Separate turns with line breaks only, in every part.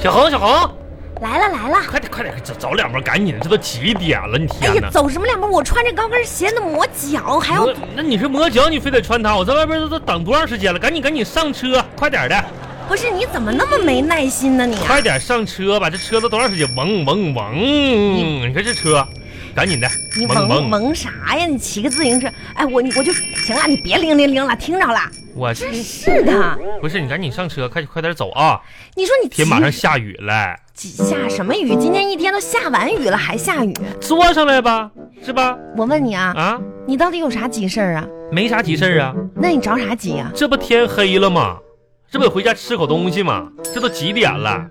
小恒，小恒，
来了来了！
快点，快点，找找两包，赶紧！这都几点了？你
哎
天
呀，
哪！
走什么两步？我穿着高跟鞋呢，磨脚还要
磨那你是磨脚，你非得穿它？我在外边都都等多长时间了？赶紧，赶紧上车，快点的，
不是？你怎么那么没耐心呢你？啊
快点上车吧！这车都多长时间？嗡嗡嗯嗡！你看这车，赶紧的
你，
嗡
蒙。蒙啥呀？你骑个自行车？哎，我你我就行了，你别铃铃铃了，听着了。
我
真是的，
不是你赶紧上车，快快点走啊！
你说你
天马上下雨了，
几下什么雨？今天一天都下完雨了还下雨？
坐上来吧，是吧？
我问你啊，
啊，
你到底有啥急事儿啊？
没啥急事儿啊，
那你着啥急啊？
这不天黑了吗？这不得回家吃口东西吗？这都几点了？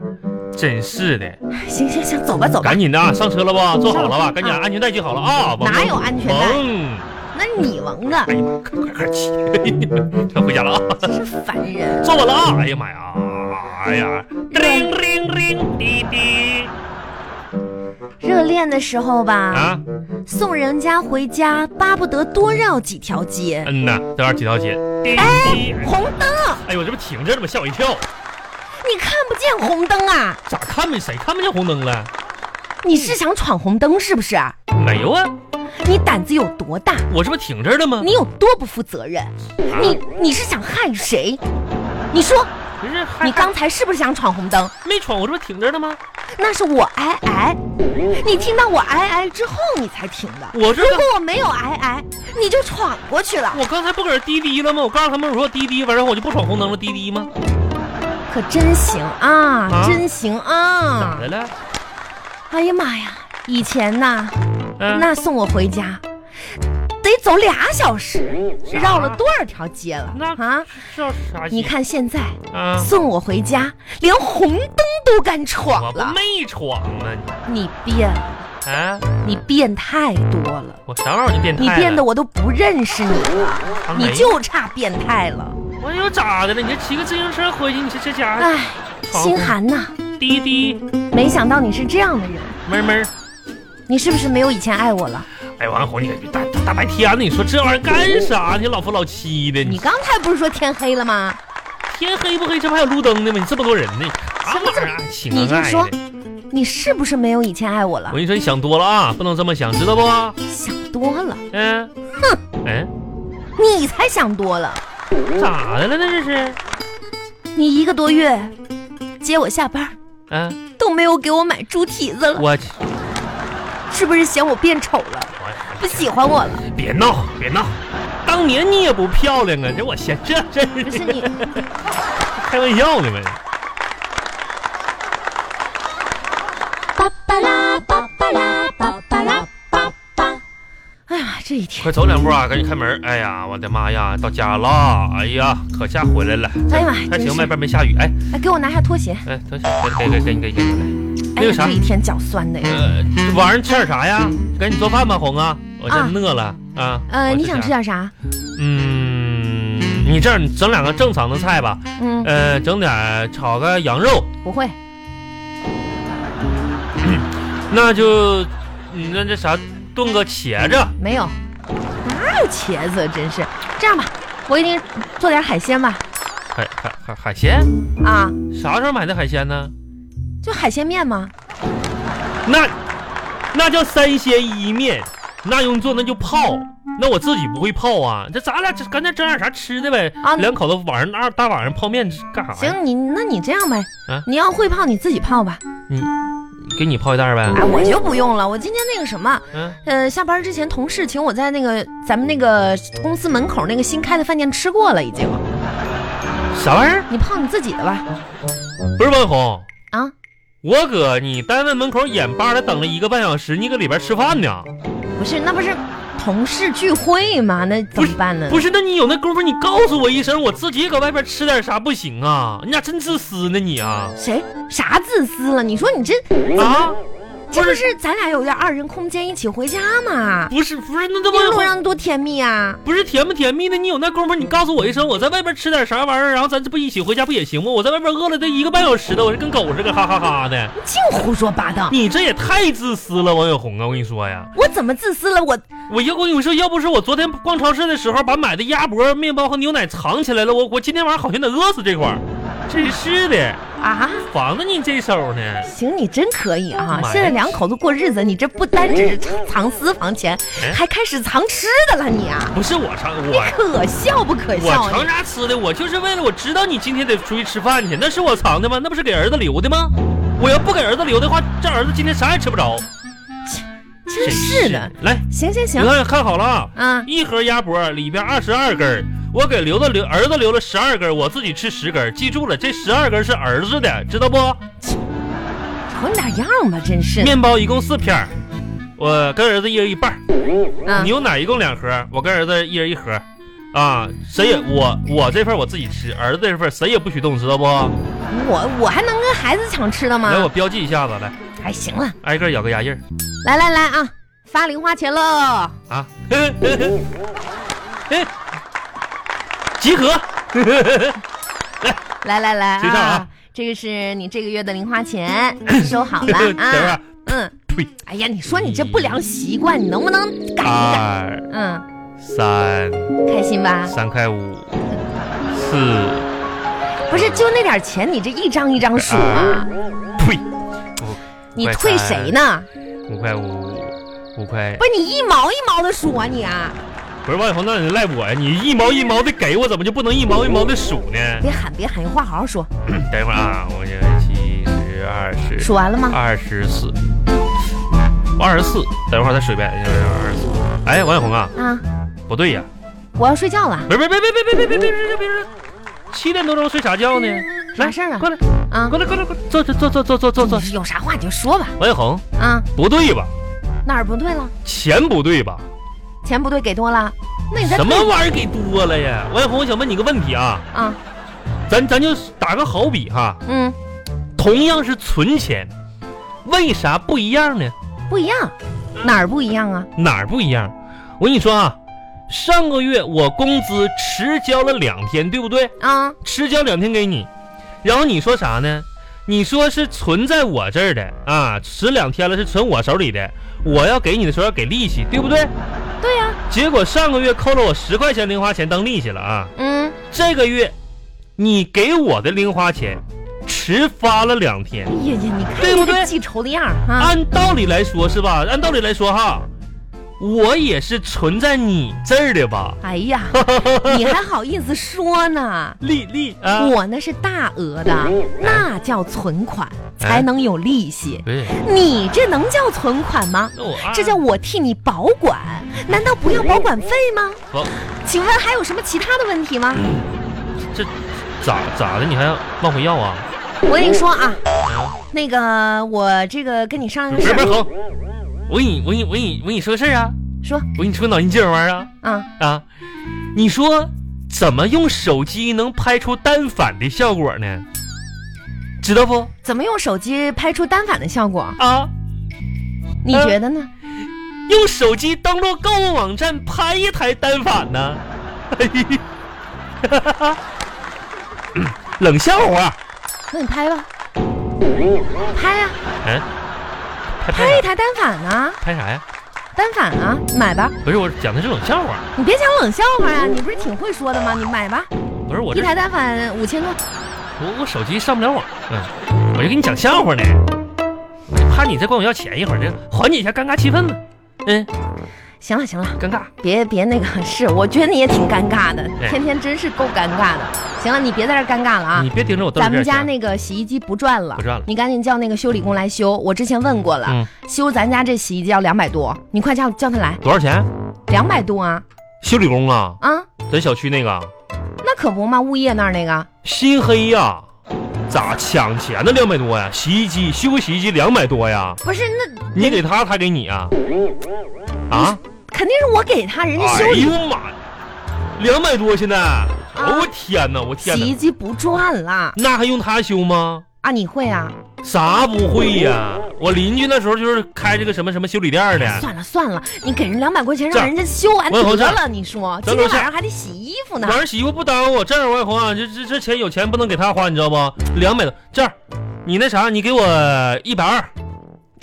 真是的，
行行行，走吧走吧。
赶紧的啊，上车了不？坐好了吧？
嗯
赶紧安全带系好了啊！
哪有安全带
嗯，
那你蒙着
哎，呀妈，快快快骑，快回家了啊！
真是烦人。
坐稳了啊！哎呀妈呀，哎呀，叮叮叮滴滴
热恋的时候吧，
啊！
送人家回家，巴不得多绕几条街。
嗯呐，这玩意儿几条街？滴滴
红灯，
哎呦，我这不停着了吗？吓我一跳。
你看不见红灯啊？
咋看没谁看不见红灯了？
你是想闯红灯是不是？
没有啊，
你胆子有多大？
我这不挺这儿了吗？
你有多不负责任？你你是想害谁？你说，
不是还
你刚才是不是想闯红灯？
没闯，我这不挺这儿了吗？
那是我挨挨，你听到我挨挨之后你才停的。
我这
如果我没有挨挨，你就闯过去了。
我刚才不搁这滴滴了吗？我告诉他们我说滴滴，完然后我就不闯红灯了，滴滴吗？
可真行啊，
啊
真行
咋
啊！
的了？
哎呀妈呀，以前呐，
嗯、
那送我回家得走俩小时，
啥
绕了多少条街了
那
啊！
这啥？
你看现在
啊，
送我回家，连红灯都敢
我
闯
不
了，
没闯呢，你
你变了，
啊，
你变太多了，
我啥玩意儿就变态
你
了？
变得我都不认识你了，
啊
你
没
就差变态了。
我又咋的了？你这骑个自行车回去，你这这家伙
唉，啊心寒呐，
滴滴
没想到你是这样的人，
闷闷。
你是不是没有以前爱我了？
哎，王红，你可别大大大白天啊的，你说这玩意儿干啥呢？你老夫老妻的，
你刚才不是说天黑了吗？
天黑不黑，这不还有路灯呢吗？你这么多人呢，啥玩意儿啊？情
你就
爱
说
的，
你是不是没有以前爱我了
我？跟你说，你想多了啊，不能这么想，知道不？
想多了，
嗯，嗯，
你才想多了。
咋的了呢？这是，
你一个多月接我下班
嗯，
都没有给我买猪蹄子了，
我去，
是不是嫌我变丑了，
我
不喜欢我了？
别闹，别闹，当年你也不漂亮啊，这我嫌这这
不是你，
开玩笑呢呗。
巴巴拉巴巴拉巴巴拉巴巴。
哎呀，这一天，
快走两步啊，赶紧开门。哎呀，我的妈呀，到家了，哎呀，可下回来了。
哎呀妈
还
真
行，
是
外边没下雨。哎
哎，给我拿下拖鞋。
哎，等会给给给给给给，
哎
那个
呀，
啥
这一天脚酸的呀。
呃，晚上吃点啥呀？赶紧做饭吧，红啊，我这
啊
饿了啊。
呃，
我
你想吃点啥？
嗯，你这样你整两个正常的菜吧，
嗯，
呃，整点儿炒个羊肉，
不会，
那就嗯那这啥炖个茄子，
没有，哪有茄子？真是，这样吧，我给你做点海鲜吧。
海海海海鲜，
啊，
啥时候买的海鲜呢？
就海鲜面吗？
那那叫三鲜一面，那用做那就泡。那我自己不会泡啊，这咱俩这干脆整点啥吃的呗。
啊
两口子晚上二大晚上泡面干啥呀？，
行，你那你这样呗
啊，
你要会泡你自己泡吧。
给你泡一袋儿呗。
哎，我就不用了，我今天那个什么，
嗯，
呃，下班之前同事请我在那个咱们那个公司门口那个新开的饭店吃过了，已经。
啥玩意儿？
你泡你自己的吧。
不是文红，
啊，
我搁你单位门口眼巴的等了一个半小时，你搁里边吃饭呢？
不是，那不是同事聚会吗？那怎么办呢？
不是，那你有那功夫，你告诉我一声，我自己搁外边吃点啥不行啊？你咋真自私呢你啊？
谁啥自私了？你说你这
啊，
这不是咱俩有点二人空间，一起回家吗？
不是不是，那这
一路
不
上多甜蜜啊！
不是甜不甜蜜的，你有那功夫，你告诉我一声，我在外边吃点啥玩意儿，然后咱这不一起回家不也行吗？我在外边饿了得一个半小时的，我是跟狗似的，哈哈哈 的。
你净胡说八道！
你这也太自私了，王永红啊！我跟你说呀，
我怎么自私了？我
我要我跟你说，要不是我昨天 逛超市的时候把买的鸭脖、面包和牛奶藏起来了，我我今天晚上好像得饿死这块儿。真是的，
啊。
防着你这手呢。
行，你真可以啊！
妈呀嗯
现在两口子过日子，你这不单只是藏藏私房钱，
哎
还开始藏吃的了，你啊，
不是我尝
你
我
可笑不可
我
笑
藏
你？
啥吃的？我就是为了我知道你今天得出去吃饭去，那是我藏的吗？那不是给儿子留的吗？我要不给儿子留的话，这儿子今天啥也吃不着。
真是的。，
来，
行行
你
行，
看看好了啊，
啊，
一盒鸭脖里边二十二根儿，我给留的留儿子留了十二根儿，我自己吃十根儿。记住了，这十二根儿是儿子的，知道不？
瞅你点样吧，真是的。
面包一共四片儿，我跟儿子一人一半儿。
啊，
牛奶一共两盒，我跟儿子一人一盒，啊，谁也我我这份我自己吃，儿子这份谁也不许动，知道不？
我我还能跟孩子抢吃的
来，我
吗？
标记一下子，来，
哎，行了，
挨个咬个牙印儿
来来来啊，发零花钱喽！
啊，嘿嘿嘿嘿集合，
来来来
谁上啊
啊，这个是你这个月的零花钱，收好 了
等会
啊
儿。
嗯，
呸，
哎呀，你说你这不良习惯，你能不能改一改？
二
嗯，
三
开心吧？
三块五，四
不是，就那点钱，你这一张一张数啊，
呸，
你退谁呢？
五块五，五块
不，是你一毛一毛的数啊，你啊，
不是王小红，那你赖我呀？你一毛一毛的给我，怎么就不能一毛一毛的数呢？
别喊别喊，有话好好说。
等一会儿啊，我这七十二十
数完了吗？
二十四，二十四，等一会儿再数一遍，二十四。哎，王小红啊，
啊，
不对呀、
我要睡觉了
别别别别别别别别别别别别，七点多钟睡啥觉呢？来，
啥事儿啊
过来，
啊
过。来，过来，过来，坐坐坐坐坐坐坐坐
你。有啥话你就说吧。
王小红，
啊，
不对吧？
哪儿不对了？
钱不对吧？
钱不对，给多了。那你再
什么
退
玩意儿给多了呀？王小红，我想问你个问题啊，
啊？
咱咱就打个好比哈，
嗯，
同样是存钱，为啥不一样呢？
不一样，哪儿不一样啊？
哪儿不一样？我跟你说啊，上个月我工资迟交了两天，对不对？
啊，
迟交两天给你，然后你说啥呢？你说是存在我这儿的啊，迟两天了是存我手里的，我要给你的时候要给利息，对不对？
对呀、
结果上个月扣了我十块钱零花钱当利息了啊，
嗯，
这个月你给我的零花钱迟发了两天
哎，呀呀，你看
对
你
不
这
对
记仇的样儿啊！
按道理来说是吧？按道理来说哈，我也是存在你这儿的吧？
哎呀， 你还好意思说呢？
利利啊，
我那是大额的，那叫存款，才能有利息。
对，
你这能叫存款吗？
那我二啊
这叫我替你保管，难道不要保管费吗？
不
请问还有什么其他的问题吗？
这咋咋的？你还要往回要啊？
我跟你说啊，那个我这个跟你商
不
量
是
个事
不是
儿，
红，我跟你我跟你我跟你我跟你说个事儿啊，
说
我跟你说个脑筋急转弯啊
啊，
啊！你说怎么用手机能拍出单反的效果呢？知道不
怎么用手机拍出单反的效果？
啊？
你
呃
觉得呢？
用手机登录购物网站拍一台单反呢？嘿嘿嘿哈哈 哈嗯哎冷笑话，
那你拍吧，拍呀、
嗯，拍
拍
拍啥
一台单反啊，
拍啥呀？
单反啊，买吧，
不是我讲的是冷笑话，
你别讲冷笑话呀、你不是挺会说的吗？你买吧，
不是我
一
这
台单反五千块。
我我手机上不了网，嗯，我就给你讲笑话呢，怕你再管我要钱一会儿，这缓解一下尴尬气氛嘛。嗯，
行了行了，
尴尬，
别别那
嗯
个，是我觉得你也挺尴尬的，
哎
天天真是够尴尬的。行了，你别在这儿尴尬了啊
你。别盯着我兜里
咱
边
们家
钱。
那个洗衣机不转了，
不转了
你赶紧叫那个修理工来修。我之前问过了，
嗯
修咱家这洗衣机要两百多，你快叫叫他来，
多少钱？
两百多啊
修理工啊，
啊！
咱小区那个
那可不嘛，物业那儿那个，
心黑呀、咋抢钱呢？两百多呀，洗衣机修个洗衣机两百多呀，
不是那
你给他，他给你啊？啊？
肯定是我给他，人家
哎
修理、
呦妈，两百多现在，哦我天哪，我天
洗衣
哪，
机不转了
那还用他修吗？
啊！你会啊？
嗯啥不会呀？我邻居那时候就是开这个什么什么修理店的，
算了算了，你给人两百块钱，
啊这
让
样
人家修完
我有
得
事
了。你说
咱
今
有
天
事
晚上还得洗衣服呢
晚。上媳妇不耽误我。这样，外红啊，这这这钱有钱不能给他花，你知道不？两百多，这样，你那啥，你给我一百二，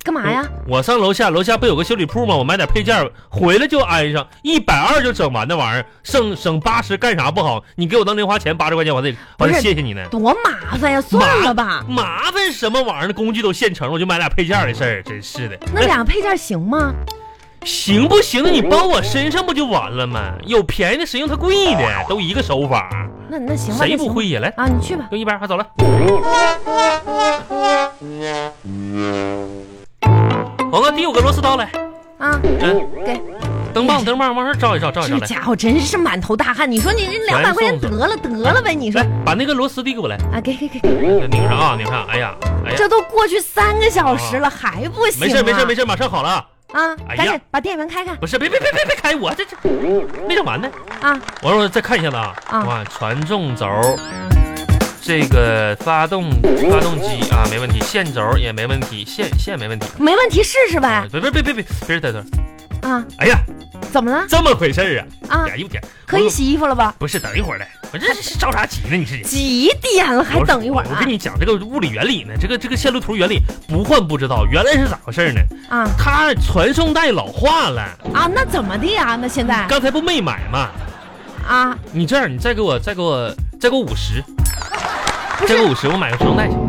干嘛呀？
我上楼下，楼下不有个修理铺吗？我买点配件儿回来就安上，一百二就整完那玩意儿，剩省八十干啥不好？你给我当零花钱八十块钱，我得我
不
得
是
谢谢你呢。
多麻烦呀！算了吧，
麻烦什么玩意儿？工具都现成，我就买俩配件儿的事儿，真是的。
那俩配件行吗？
行不行的，你包我身上不就完了吗？有便宜的，谁用它贵的？都一个手法，
那那行吧，
谁
那行
不
吧
会呀？来，
啊？你去吧。
给我一百二，快走了。王哥，递我个螺丝刀来，
啊，
嗯，
给
灯棒，灯棒，往上照一照，照一照
这
来。
家伙真是满头大汗。你说你这两百块钱得了得了呗？你说
来，把那个螺丝递给我来，
啊，给给给给，
拧上啊，拧上。哎呀，哎呀，啊
这都过去三个小时了还不行？
没事没事没
事
事，马上好了。
啊！
哎呀
赶紧把电源开开
不是，别别别别别开，我这这没整完呢。
啊！
完了，我再看一下子啊，
啊
哇，传动轴，这个发动发动机啊，没问题，线轴也没问题，线线没问题。
没问题，试试呗
啊别别别别别别在这儿！
啊！
哎呀，
怎么了
这么回事儿啊！
啊
哎？呀，一天
可以洗衣服了吧？
不是，等一会儿来，我这是着啥急呢？你是
几点了还
我
等一会儿
我
啊
跟？你讲这个物理原理呢，这个这个线路图原理不换不知道，原来是咋回事儿呢？
啊
它传送带老化了，
啊，那怎么的呀？那现在
刚才不没买吗？
啊，
你这样，你再给我再给我再给我五十，再给我五十，我买个传送带去。
啊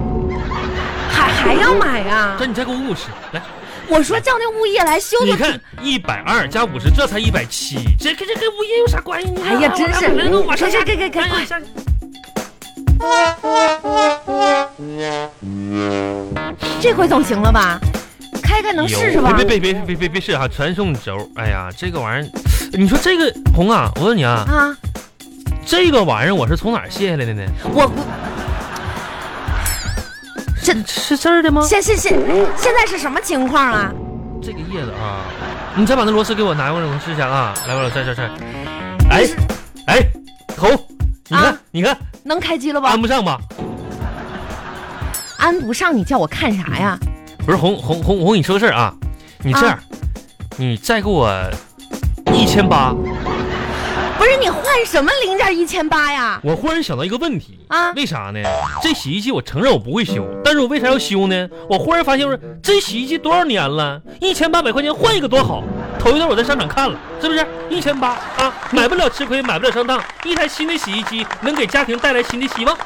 还还要买啊
这？你再给我五十，来，
我说叫那物业来修
你
修。
看一百二加五十，这才一百七，这跟这跟物业有啥关系呢？
哎 呀，真是，
往上
真是，
加
给给给，
哎呀
快！
下去
这回总行了吧？开开能试试吧？
别别别别别别别试啊！传送轴，哎呀，这个玩意儿，你说这个红啊，我问你啊，
啊，
这个玩意儿我是从哪儿卸下来的呢？
我这
是这儿的吗？
现现现现在是什么情况啊？
这个叶子啊，你再把那螺丝给我拿过来，我试一下啊！来，我这这这，哎哎，头，你看、
啊
你看，
能开机了吧
安？不上吧？
安不上，你叫我看啥呀？
不是红红红红，我你说个事儿啊，你这样，你再给我一千八，
不是你换什么零件一千八呀？
我忽然想到一个问题
啊
为啥呢？这洗衣机我承认我不会修，但是我为啥要修呢？我忽然发现，我说这洗衣机多少年了，一千八百块钱换一个多好。头一段我在商场看了，是不是一千八啊？买不了吃亏，买不了上当。一台新的洗衣机能给家庭带来新的希望。